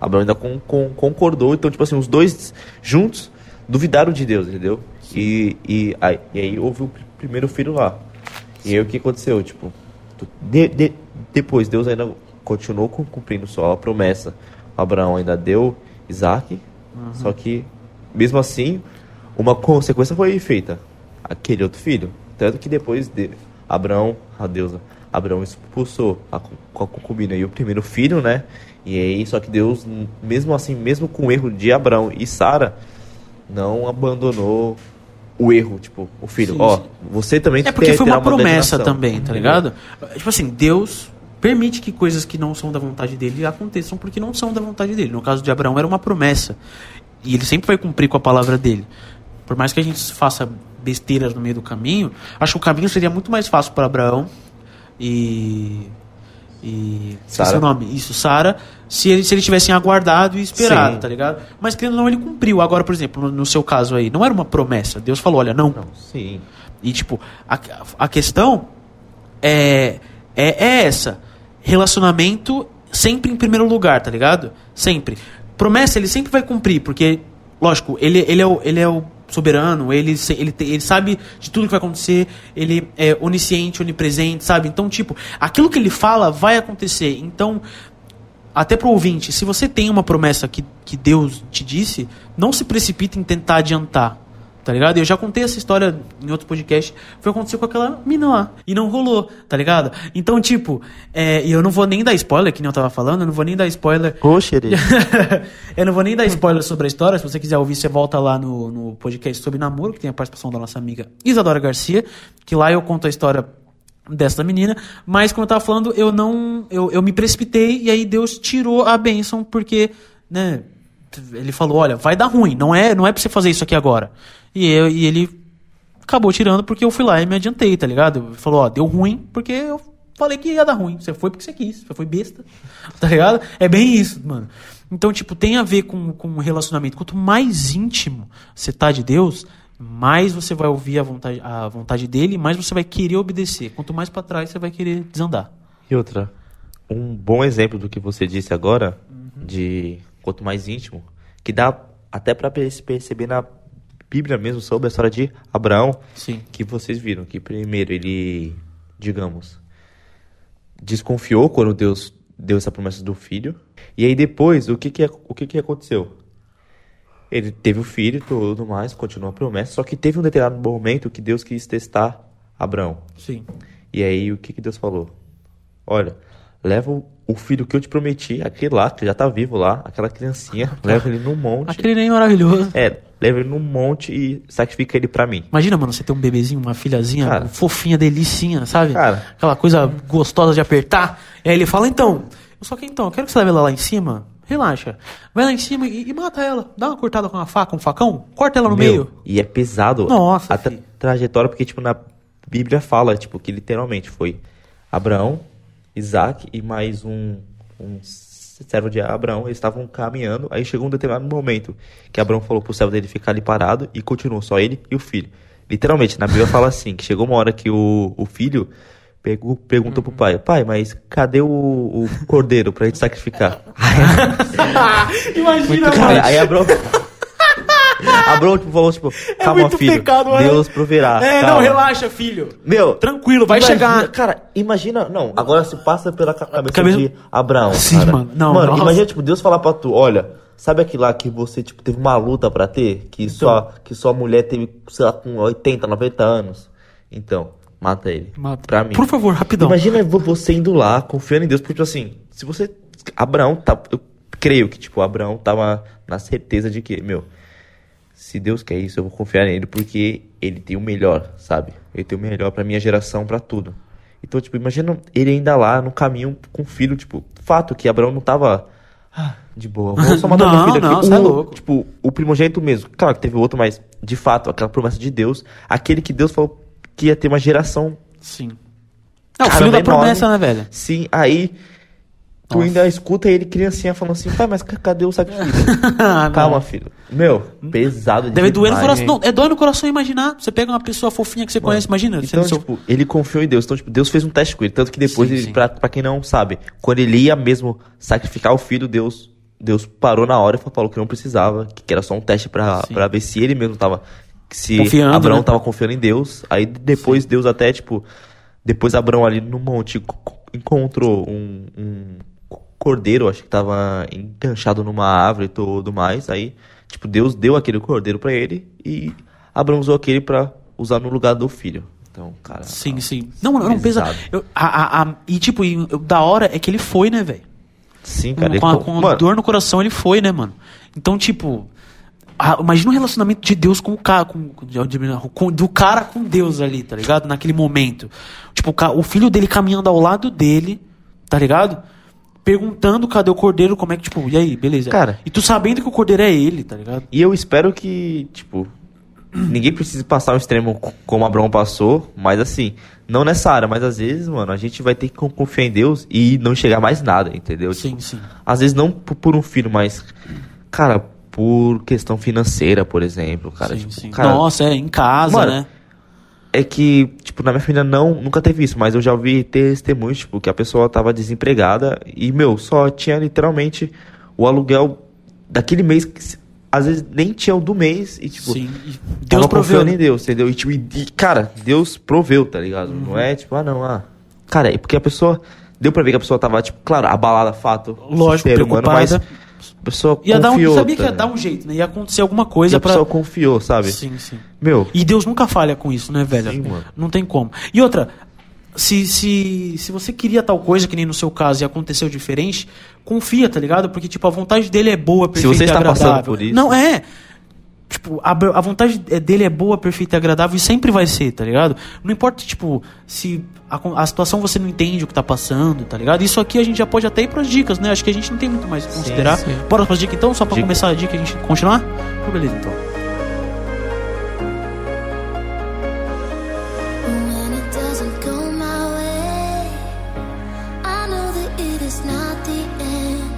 [SPEAKER 3] Abraão ainda con- con- concordou, então, tipo assim, os dois juntos duvidaram de Deus, entendeu? E, e, aí, e aí houve o pr- primeiro filho lá. E aí o que aconteceu? Tipo, tu- de- de- depois Deus ainda continuou cu- cumprindo só a promessa. Abraão ainda deu Isaac,
[SPEAKER 2] Uhum.
[SPEAKER 3] só que, mesmo assim, uma consequência foi feita. Aquele outro filho. Tanto que depois de Abraão, a deusa, Abraão expulsou a, co- a concubina e o primeiro filho, né? E aí, só que Deus, n- mesmo assim, mesmo com o erro de Abraão e Sara, não abandonou o erro, tipo, o filho.
[SPEAKER 2] Sim,
[SPEAKER 3] Ó,
[SPEAKER 2] sim.
[SPEAKER 3] você também
[SPEAKER 2] É porque
[SPEAKER 3] ter-
[SPEAKER 2] foi
[SPEAKER 3] terá
[SPEAKER 2] uma promessa
[SPEAKER 3] destinação.
[SPEAKER 2] também, tá ligado? Tipo assim, Deus permite que coisas que não são da vontade dele aconteçam porque não são da vontade dele. No caso de Abraão era uma promessa. E ele sempre vai cumprir com a palavra dele. Por mais que a gente faça besteiras no meio do caminho, acho que o caminho seria muito mais fácil para Abraão e e
[SPEAKER 3] Sara.
[SPEAKER 2] esqueci o nome, isso, Sara, se ele se eles tivessem aguardado e esperado,
[SPEAKER 3] Sim.
[SPEAKER 2] tá ligado? Mas querendo ou não ele cumpriu. Agora, por exemplo, no, no seu caso aí, não era uma promessa. Deus falou, olha, não
[SPEAKER 3] Não, sim.
[SPEAKER 2] e tipo, a, a questão é, é, é essa. Relacionamento sempre em primeiro lugar, tá ligado? Sempre. Promessa ele sempre vai cumprir, porque, lógico, ele, ele, é, o, ele é o soberano, ele, se- ele, te- ele sabe de tudo que vai acontecer, ele é onisciente, onipresente, sabe? Então, tipo, aquilo que ele fala vai acontecer. Então, até pro ouvinte, se você tem uma promessa que, que Deus te disse, não se precipite em tentar adiantar. Tá ligado? Eu já contei essa história em outro podcast. Foi o que aconteceu com aquela mina lá. E não rolou, tá ligado? Então, tipo, é, e eu não vou nem dar spoiler, que nem eu tava falando, eu não vou nem dar spoiler
[SPEAKER 3] Oxe, ele.
[SPEAKER 2] eu não vou nem dar spoiler sobre a história. Se você quiser ouvir, você volta lá no, no podcast sobre namoro, que tem a participação da nossa amiga Isadora Garcia, que lá eu conto a história dessa menina. Mas como eu tava falando, eu não. Eu, eu me precipitei e aí Deus tirou a bênção, porque, né? Ele falou, olha, vai dar ruim, não é, não é pra você fazer isso aqui agora. E, eu, e ele acabou tirando porque eu fui lá e me adiantei, tá ligado? Falou, ó, deu ruim porque eu falei que ia dar ruim. Você foi porque você quis, você foi besta, tá ligado? É bem isso, mano. Então, tipo, tem a ver com, com o relacionamento. Quanto mais íntimo você tá de Deus, mais você vai ouvir a vontade, a vontade dele, mais você vai querer obedecer. Quanto mais pra trás, você vai querer desandar.
[SPEAKER 3] E outra, um bom exemplo do que você disse agora, de quanto mais íntimo, que dá até pra perce- perceber na Bíblia mesmo sobre a história de Abraão,
[SPEAKER 2] Sim.
[SPEAKER 3] que vocês viram que primeiro ele, digamos, desconfiou quando Deus deu essa promessa do filho. E aí depois, o que que, ac- o que, que aconteceu? Ele teve o filho e tudo mais, continuou a promessa, só que teve um determinado momento que Deus quis testar Abraão.
[SPEAKER 2] Sim.
[SPEAKER 3] E aí, o que, que Deus falou? Olha, leva o- o filho que eu te prometi, aquele lá, que já tá vivo lá, aquela criancinha, leva ele num monte.
[SPEAKER 2] Aquele nem maravilhoso.
[SPEAKER 3] É, leva ele num monte e sacrifica ele pra mim.
[SPEAKER 2] Imagina, mano, você ter um bebezinho, uma filhazinha
[SPEAKER 3] Cara.
[SPEAKER 2] fofinha, delicinha, sabe?
[SPEAKER 3] Cara.
[SPEAKER 2] Aquela coisa gostosa de apertar. E aí ele fala, então, eu só que então, eu quero que você leve ela lá em cima. Relaxa. Vai lá em cima e, e mata ela. Dá uma cortada com uma faca, um facão, corta ela no
[SPEAKER 3] Meu,
[SPEAKER 2] meio.
[SPEAKER 3] E é pesado
[SPEAKER 2] Nossa,
[SPEAKER 3] a tra-
[SPEAKER 2] filho.
[SPEAKER 3] trajetória, porque, tipo, na Bíblia fala, tipo, que literalmente foi Abraão, Isaac e mais um, um servo de Abraão, eles estavam caminhando, aí chegou um determinado momento que Abraão falou pro servo dele ficar ali parado e continuou só ele e o filho. Literalmente, na Bíblia fala assim, que chegou uma hora que o, o filho pegou, perguntou
[SPEAKER 2] Uhum.
[SPEAKER 3] pro pai, pai, mas cadê o, o cordeiro pra gente sacrificar?
[SPEAKER 2] Imagina,
[SPEAKER 4] Muito
[SPEAKER 3] Cara,
[SPEAKER 4] Gente.
[SPEAKER 3] aí Abrão. Abrão tipo, falou, tipo, calma,
[SPEAKER 2] É muito
[SPEAKER 3] filho.
[SPEAKER 2] pecado, né?
[SPEAKER 3] Deus proverá.
[SPEAKER 2] É, não,
[SPEAKER 3] calma."
[SPEAKER 2] relaxa, filho.
[SPEAKER 3] Meu,
[SPEAKER 2] Tranquilo, vai
[SPEAKER 3] tá, imagina-
[SPEAKER 2] chegar.
[SPEAKER 3] Cara, imagina. Não, agora se passa pela ca- cabeça
[SPEAKER 2] Cabeça-
[SPEAKER 3] de Abraão.
[SPEAKER 2] Sim,
[SPEAKER 3] cara.
[SPEAKER 2] mano, não,
[SPEAKER 3] mano,
[SPEAKER 2] nossa.
[SPEAKER 3] imagina, tipo, Deus falar pra tu: olha, sabe aquilo lá que você, tipo, teve uma luta pra ter? Que,
[SPEAKER 2] Então.
[SPEAKER 3] sua, que sua mulher teve, sei lá, com 80, 90 anos. Então, mata ele.
[SPEAKER 2] Mata.
[SPEAKER 3] Pra mim.
[SPEAKER 2] Por favor, rapidão.
[SPEAKER 3] Imagina vo- você indo lá, confiando em Deus, porque, tipo assim, se você. Abraão tá. Eu creio que, tipo, Abraão tava na certeza de que, meu, se Deus quer isso, eu vou confiar nele, porque ele tem o melhor, sabe? Ele tem o melhor pra minha geração, pra tudo. Então, tipo, imagina ele ainda lá no caminho com o filho, tipo, fato que Abraão não tava. "Ah, de boa, vou só matar
[SPEAKER 2] Não,
[SPEAKER 3] meu filho aqui.
[SPEAKER 2] não, cê é
[SPEAKER 3] O-
[SPEAKER 2] louco.
[SPEAKER 3] Tipo, o primogênito mesmo. Claro que teve outro, mas de fato, aquela promessa de Deus, aquele que Deus falou que ia ter uma geração
[SPEAKER 2] Sim. É o
[SPEAKER 3] Cara,
[SPEAKER 2] filho da
[SPEAKER 3] bem
[SPEAKER 2] promessa, né,
[SPEAKER 3] enorme.
[SPEAKER 2] velho?
[SPEAKER 3] Sim, aí tu
[SPEAKER 2] Nossa.
[SPEAKER 3] ainda escuta ele criancinha falando assim, pai, mas ca- cadê o sacrifício? Calma,
[SPEAKER 2] Calma.
[SPEAKER 3] filho. Meu, pesado
[SPEAKER 2] Deve doer no
[SPEAKER 3] demais.
[SPEAKER 2] coração. Não, é dói no coração imaginar. Você pega uma pessoa fofinha que você conhece, imagina. você
[SPEAKER 3] Então,
[SPEAKER 2] no seu-
[SPEAKER 3] tipo, ele confiou em Deus. Então, tipo, Deus fez um teste com ele. Tanto que depois,
[SPEAKER 2] Sim,
[SPEAKER 3] ele,
[SPEAKER 2] sim.
[SPEAKER 3] Pra, pra quem não sabe, quando ele ia mesmo sacrificar o filho, Deus, Deus parou na hora e fa- falou que não precisava, que que era só um teste pra,
[SPEAKER 2] Sim.
[SPEAKER 3] pra ver se ele mesmo tava. Se
[SPEAKER 2] Confiando,
[SPEAKER 3] Abraão
[SPEAKER 2] né?
[SPEAKER 3] tava confiando em Deus. Aí depois Deus até, tipo, depois Abraão ali no monte co- co- encontrou um, um co- cordeiro, acho que tava enganchado numa árvore e tudo mais. Aí, tipo, Deus deu aquele cordeiro pra ele e Abraão usou aquele pra usar no lugar do filho. Então, cara.
[SPEAKER 2] Sim,
[SPEAKER 3] tá
[SPEAKER 2] sim. Não, não, não pesa.
[SPEAKER 3] pesado.
[SPEAKER 2] Eu- a- a- a- e tipo, e o da hora é que ele foi, né, velho?
[SPEAKER 3] Sim,
[SPEAKER 2] Com,
[SPEAKER 3] cara. ele
[SPEAKER 2] com a,
[SPEAKER 3] ficou-
[SPEAKER 2] com a
[SPEAKER 3] Mano,
[SPEAKER 2] dor no coração ele foi, né, mano? Então, tipo, a- imagina o relacionamento de Deus com o cara, com, com- com- do cara com Deus ali, tá ligado? Naquele momento. Tipo, o, ca- o filho dele caminhando ao lado dele, tá ligado? Perguntando cadê o cordeiro, como é que, tipo, e aí, beleza.
[SPEAKER 3] Cara. Tipo,
[SPEAKER 2] E tu sabendo que o cordeiro é ele, tá ligado?
[SPEAKER 3] E eu espero que, tipo, ninguém precise passar o extremo co- como Abraão passou, mas assim, não nessa área, mas às vezes, mano, a gente vai ter que con- confiar em Deus e não chegar mais nada, entendeu?
[SPEAKER 2] Sim,
[SPEAKER 3] Tipo,
[SPEAKER 2] sim.
[SPEAKER 3] Às vezes não p- por um filho, mas, cara, por questão financeira, por exemplo, cara.
[SPEAKER 2] sim,
[SPEAKER 3] tipo,
[SPEAKER 2] sim.
[SPEAKER 3] cara,
[SPEAKER 2] Nossa, é, em casa,
[SPEAKER 3] Mano,
[SPEAKER 2] né?
[SPEAKER 3] É que, tipo, na minha família não, nunca teve isso, mas eu já ouvi testemunhos, tipo, que a pessoa tava desempregada e, meu, só tinha literalmente o aluguel daquele mês que se- às vezes nem tinha o do mês e, tipo,
[SPEAKER 2] Sim. e
[SPEAKER 3] Deus
[SPEAKER 2] Deus
[SPEAKER 3] tava
[SPEAKER 2] proveu.
[SPEAKER 3] confiando
[SPEAKER 2] né?
[SPEAKER 3] em Deus, entendeu? E, tipo, e- e, cara, Deus proveu, tá ligado?
[SPEAKER 2] Uhum.
[SPEAKER 3] Não é tipo, ah, não, ah. Cara, é porque a pessoa. Deu pra ver que a pessoa tava, tipo, claro, abalada, fato.
[SPEAKER 2] Lógico,
[SPEAKER 3] ser humano, mas
[SPEAKER 2] preocupada.
[SPEAKER 3] a pessoa
[SPEAKER 2] Ia dar
[SPEAKER 3] confiou.
[SPEAKER 2] um, sabia
[SPEAKER 3] tá
[SPEAKER 2] que ia
[SPEAKER 3] ligado?
[SPEAKER 2] dar um jeito, né? Ia acontecer alguma
[SPEAKER 3] E
[SPEAKER 2] coisa
[SPEAKER 3] a
[SPEAKER 2] pra.
[SPEAKER 3] pessoa confiou, sabe?
[SPEAKER 2] Sim, sim.
[SPEAKER 3] Meu,
[SPEAKER 2] E Deus nunca falha com isso, né, velho?
[SPEAKER 3] Sim, mano.
[SPEAKER 2] Não tem como. E outra, se, se, se você queria tal coisa, que nem no seu caso, e aconteceu diferente, confia, tá ligado? Porque, tipo, a vontade dele é boa, perfeita e
[SPEAKER 3] você está
[SPEAKER 2] agradável.
[SPEAKER 3] passando por isso.
[SPEAKER 2] Não, é. Tipo, a, a vontade é- dele é boa, perfeita e agradável e sempre vai ser, tá ligado? Não importa, tipo, se a, con- a situação você não entende o que tá passando, tá ligado? Isso aqui a gente já pode até ir pras dicas, né? Acho que a gente não tem muito mais o que considerar.
[SPEAKER 4] sim.
[SPEAKER 2] Bora pras dicas então, só pra
[SPEAKER 3] Dica.
[SPEAKER 2] começar a dica e a gente continuar? Então, beleza, então.
[SPEAKER 5] When it doesn't go my way, I know that it is not the end.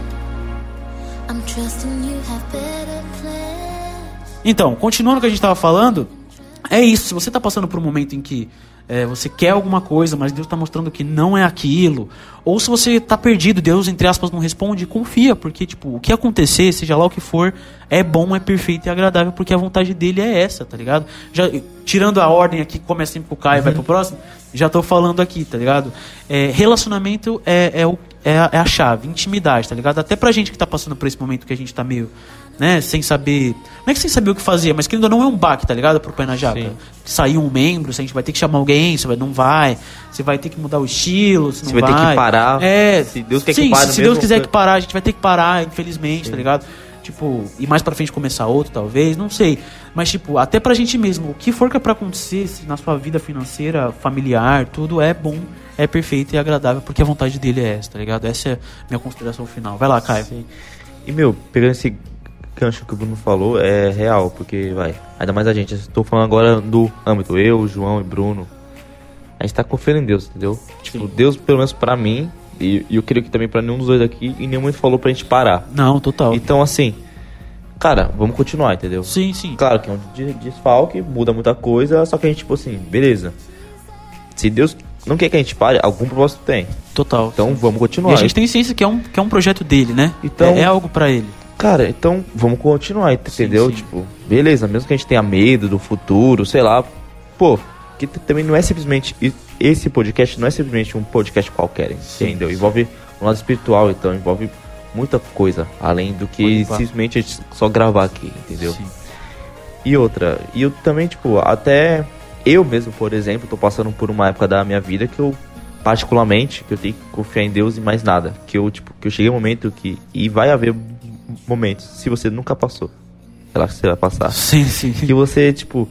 [SPEAKER 5] I'm trusting you have better plans.
[SPEAKER 2] Então, continuando o que a gente tava falando, é isso. Se você tá passando por um momento em que é, você quer alguma coisa, mas Deus tá mostrando que não é aquilo, ou se você tá perdido, Deus, entre aspas, não responde, confia, porque, tipo, o que acontecer, seja lá o que for, é bom, é perfeito e agradável, porque a vontade dele é essa, tá ligado? Já, tirando a ordem aqui, que começa sempre com o Caio e vai pro próximo, já tô falando aqui, tá ligado? É, relacionamento é, é o é a, é a chave, intimidade, tá ligado? Até pra gente que tá passando por esse momento que a gente tá meio, né, sem saber. Não é que sem saber o que fazer, mas que ainda não é um baque, tá ligado? Pro Pai na Jaca. Sair um membro, se a gente vai ter que chamar alguém, você vai, não vai. Você vai ter que mudar o estilo, se não
[SPEAKER 3] Você vai ter que parar.
[SPEAKER 2] É,
[SPEAKER 3] Se Deus quer que
[SPEAKER 2] sim,
[SPEAKER 3] pare
[SPEAKER 2] se, se
[SPEAKER 3] mesmo,
[SPEAKER 2] Deus quiser
[SPEAKER 3] eu-
[SPEAKER 2] que parar, a gente vai ter que parar, infelizmente, tá ligado? Tipo, e mais pra frente começar outro, talvez, não sei. Mas, tipo, até pra gente mesmo, o que for que é pra acontecer se na sua vida financeira, familiar, tudo é bom, é perfeito e agradável, porque a vontade dele é essa, tá ligado? Essa é a minha consideração final. Vai lá, Caio.
[SPEAKER 3] E, meu, pegando esse gancho que o Bruno falou, é real, porque, vai, ainda mais a gente. Eu tô falando agora do âmbito, eu, João e Bruno. A gente tá confiando em Deus, entendeu? Tipo, Deus, pelo menos pra mim, e, e eu creio que também pra nenhum dos dois aqui, em nenhum momento falou pra gente parar.
[SPEAKER 2] Não, total.
[SPEAKER 3] Então, assim, cara, vamos continuar, entendeu?
[SPEAKER 2] Sim, sim.
[SPEAKER 3] Claro que é um de- desfalque, muda muita coisa, só que a gente, tipo assim, beleza. Se Deus não quer que a gente pare, algum propósito tem.
[SPEAKER 2] Total.
[SPEAKER 3] Então, vamos
[SPEAKER 2] e
[SPEAKER 3] continuar.
[SPEAKER 2] a gente tem ciência que é um, que é um projeto dele, né?
[SPEAKER 3] Então-
[SPEAKER 2] é, é algo pra ele.
[SPEAKER 3] Cara, então vamos continuar, ent-
[SPEAKER 2] Sim,
[SPEAKER 3] entendeu?
[SPEAKER 2] sim.
[SPEAKER 3] Tipo, beleza, mesmo que a gente tenha medo do futuro, sei lá. Pô, que t- também não é simplesmente. e- Esse podcast não é simplesmente um podcast qualquer, entendeu? Envolve um lado espiritual, então, envolve muita coisa, além do
[SPEAKER 2] Pode
[SPEAKER 3] que
[SPEAKER 2] ir pra-
[SPEAKER 3] simplesmente a gente só gravar aqui, entendeu?
[SPEAKER 2] Sim.
[SPEAKER 3] E outra, e eu também, tipo, até eu mesmo, por exemplo, tô passando por uma época da minha vida que eu, particularmente, que eu tenho que confiar em Deus e mais nada. Que eu, tipo, que eu cheguei um momento que. E vai haver momentos, se você nunca passou, sei lá que você vai passar.
[SPEAKER 2] Sim, sim.
[SPEAKER 3] Que você, tipo,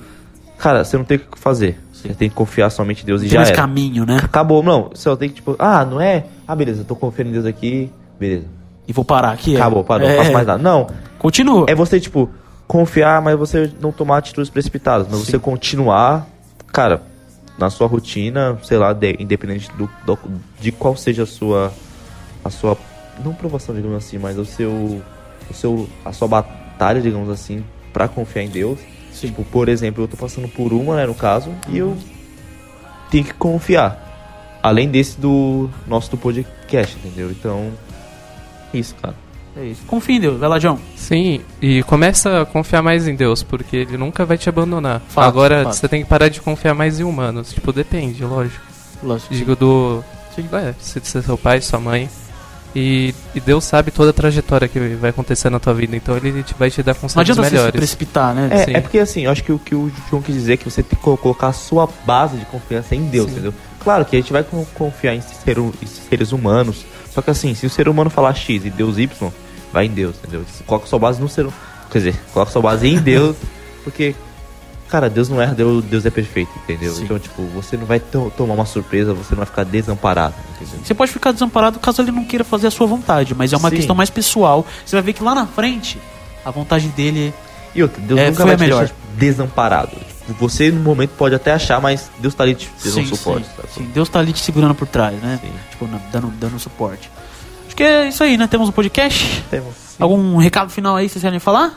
[SPEAKER 3] cara, você não tem o que fazer. Você tem que confiar somente em Deus e
[SPEAKER 2] Tem
[SPEAKER 3] já.
[SPEAKER 2] esse
[SPEAKER 3] era.
[SPEAKER 2] caminho, né?
[SPEAKER 3] Acabou, não. Você só tem que, tipo, ah, não é? Ah, beleza, eu tô confiando em Deus aqui. Beleza.
[SPEAKER 2] E vou parar aqui. é.
[SPEAKER 3] Acabou, parou,
[SPEAKER 2] É,
[SPEAKER 3] não faço mais nada. Não,
[SPEAKER 2] Continua.
[SPEAKER 3] é você, tipo, confiar, mas você não tomar atitudes precipitadas. Mas você continuar, cara, na sua rotina, sei lá, de- independente do, do- de qual seja a sua. A sua. Não provação, digamos assim, mas o seu. O seu a sua batalha, digamos assim, pra confiar em Deus.
[SPEAKER 2] Sim.
[SPEAKER 3] Tipo, por exemplo, eu tô passando por uma, né, no caso, e eu tenho que confiar. Além desse do nosso do podcast, entendeu? Então. Isso, cara.
[SPEAKER 2] É isso. Confia em Deus. Vai lá, John.
[SPEAKER 4] Sim, e começa a confiar mais em Deus, porque ele nunca vai te abandonar.
[SPEAKER 2] Fato,
[SPEAKER 4] Agora
[SPEAKER 2] fato.
[SPEAKER 4] você tem que parar de confiar mais em humanos. Tipo, depende, lógico.
[SPEAKER 2] Lógico.
[SPEAKER 4] Digo do. É, se se é seu pai, sua mãe. E, e Deus sabe toda a trajetória que vai acontecer na tua vida, então ele te- vai te dar
[SPEAKER 2] Não
[SPEAKER 4] conselhos
[SPEAKER 2] adianta você se
[SPEAKER 4] melhores.
[SPEAKER 2] precipitar, né?
[SPEAKER 3] É,
[SPEAKER 4] Sim.
[SPEAKER 3] é porque assim, eu acho que o que o João quis dizer é que você tem que co- colocar a sua base de confiança em Deus,
[SPEAKER 4] Sim.
[SPEAKER 3] entendeu? Claro que a gente vai co- confiar em, ser, hu- em seres humanos, só que assim, se o ser humano falar X e Deus Y, vai em Deus, entendeu? Coloca sua base no ser humano. Quer dizer, coloca sua base em Deus, porque, cara, Deus não erra, Deus, Deus é perfeito, entendeu?
[SPEAKER 2] Sim.
[SPEAKER 3] Então, tipo, você não vai to- tomar uma surpresa, você não vai ficar desamparado, entendeu?
[SPEAKER 2] Você pode ficar desamparado caso ele não queira fazer a sua vontade, mas é uma
[SPEAKER 3] Sim.
[SPEAKER 2] questão mais pessoal. Você vai ver que lá na frente, a vontade dele.
[SPEAKER 3] E outra, Deus
[SPEAKER 2] É,
[SPEAKER 3] nunca
[SPEAKER 2] foi
[SPEAKER 3] vai
[SPEAKER 2] a
[SPEAKER 3] te
[SPEAKER 2] melhor.
[SPEAKER 3] deixar desamparado. Tipo, Você, no momento, pode até achar, mas Deus tá ali te dando um suporte,
[SPEAKER 2] sim,
[SPEAKER 3] sabe?
[SPEAKER 2] sim. Deus tá ali te segurando por trás, né?
[SPEAKER 3] Sim.
[SPEAKER 2] Tipo, na- dando, dando suporte. Acho que é isso aí, né? Temos um podcast.
[SPEAKER 3] Temos, sim.
[SPEAKER 2] Algum recado final aí que vocês querem falar?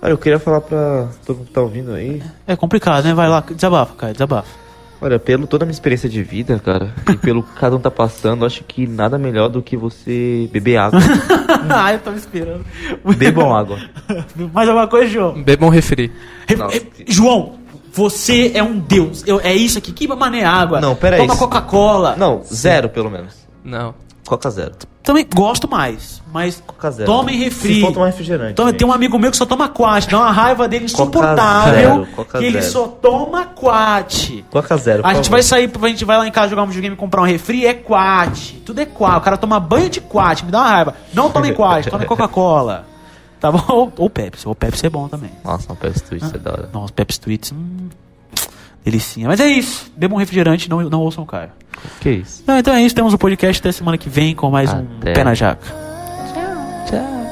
[SPEAKER 3] Cara, eu queria falar pra todo mundo que tá ouvindo aí.
[SPEAKER 2] É complicado, né? Vai lá, desabafa, cara, desabafa.
[SPEAKER 3] Olha, pelo toda a minha experiência de vida, cara, e pelo que cada um tá passando, acho que nada melhor do que você beber água.
[SPEAKER 2] ah, eu tava esperando.
[SPEAKER 3] Bebam água.
[SPEAKER 2] Mais alguma coisa, João?
[SPEAKER 4] Bebam um refri.
[SPEAKER 2] Re-
[SPEAKER 3] Nossa.
[SPEAKER 2] re- João, você é um deus. Eu- é isso aqui. Que mané é água.
[SPEAKER 3] Não, pera aí.
[SPEAKER 2] Toma Coca-Cola.
[SPEAKER 3] Não, zero pelo menos.
[SPEAKER 4] Não.
[SPEAKER 3] Coca zero.
[SPEAKER 2] Também gosto mais, mas
[SPEAKER 3] Coca zero.
[SPEAKER 2] tomem refri.
[SPEAKER 3] Se for tomar refrigerante.
[SPEAKER 2] Toma- tem um amigo meu que só toma quat, dá uma raiva dele
[SPEAKER 3] Coca
[SPEAKER 2] insuportável.
[SPEAKER 3] zero, Coca
[SPEAKER 2] que ele
[SPEAKER 3] zero.
[SPEAKER 2] só toma quat.
[SPEAKER 3] Coca zero.
[SPEAKER 2] A
[SPEAKER 3] por
[SPEAKER 2] gente
[SPEAKER 3] favor.
[SPEAKER 2] vai sair, a gente vai lá em casa jogar um videogame e comprar um refri, é quat. Tudo é quat. O cara toma banho de quat, me dá uma raiva. Não tome quat, tome Coca-Cola. Tá bom? Ou Pepsi. Ou Pepsi é bom também.
[SPEAKER 3] Nossa, uma peste twist é da hora.
[SPEAKER 2] Nossa, Pepsi Tweets. Hum, delicinha. Mas é isso. Bebam um refrigerante, não, não ouçam o cara.
[SPEAKER 3] Que isso?
[SPEAKER 2] Não, então é isso. Temos o podcast até semana que vem com mais um
[SPEAKER 3] Até.
[SPEAKER 2] Pé na Jaca.
[SPEAKER 5] Tchau.
[SPEAKER 2] Tchau.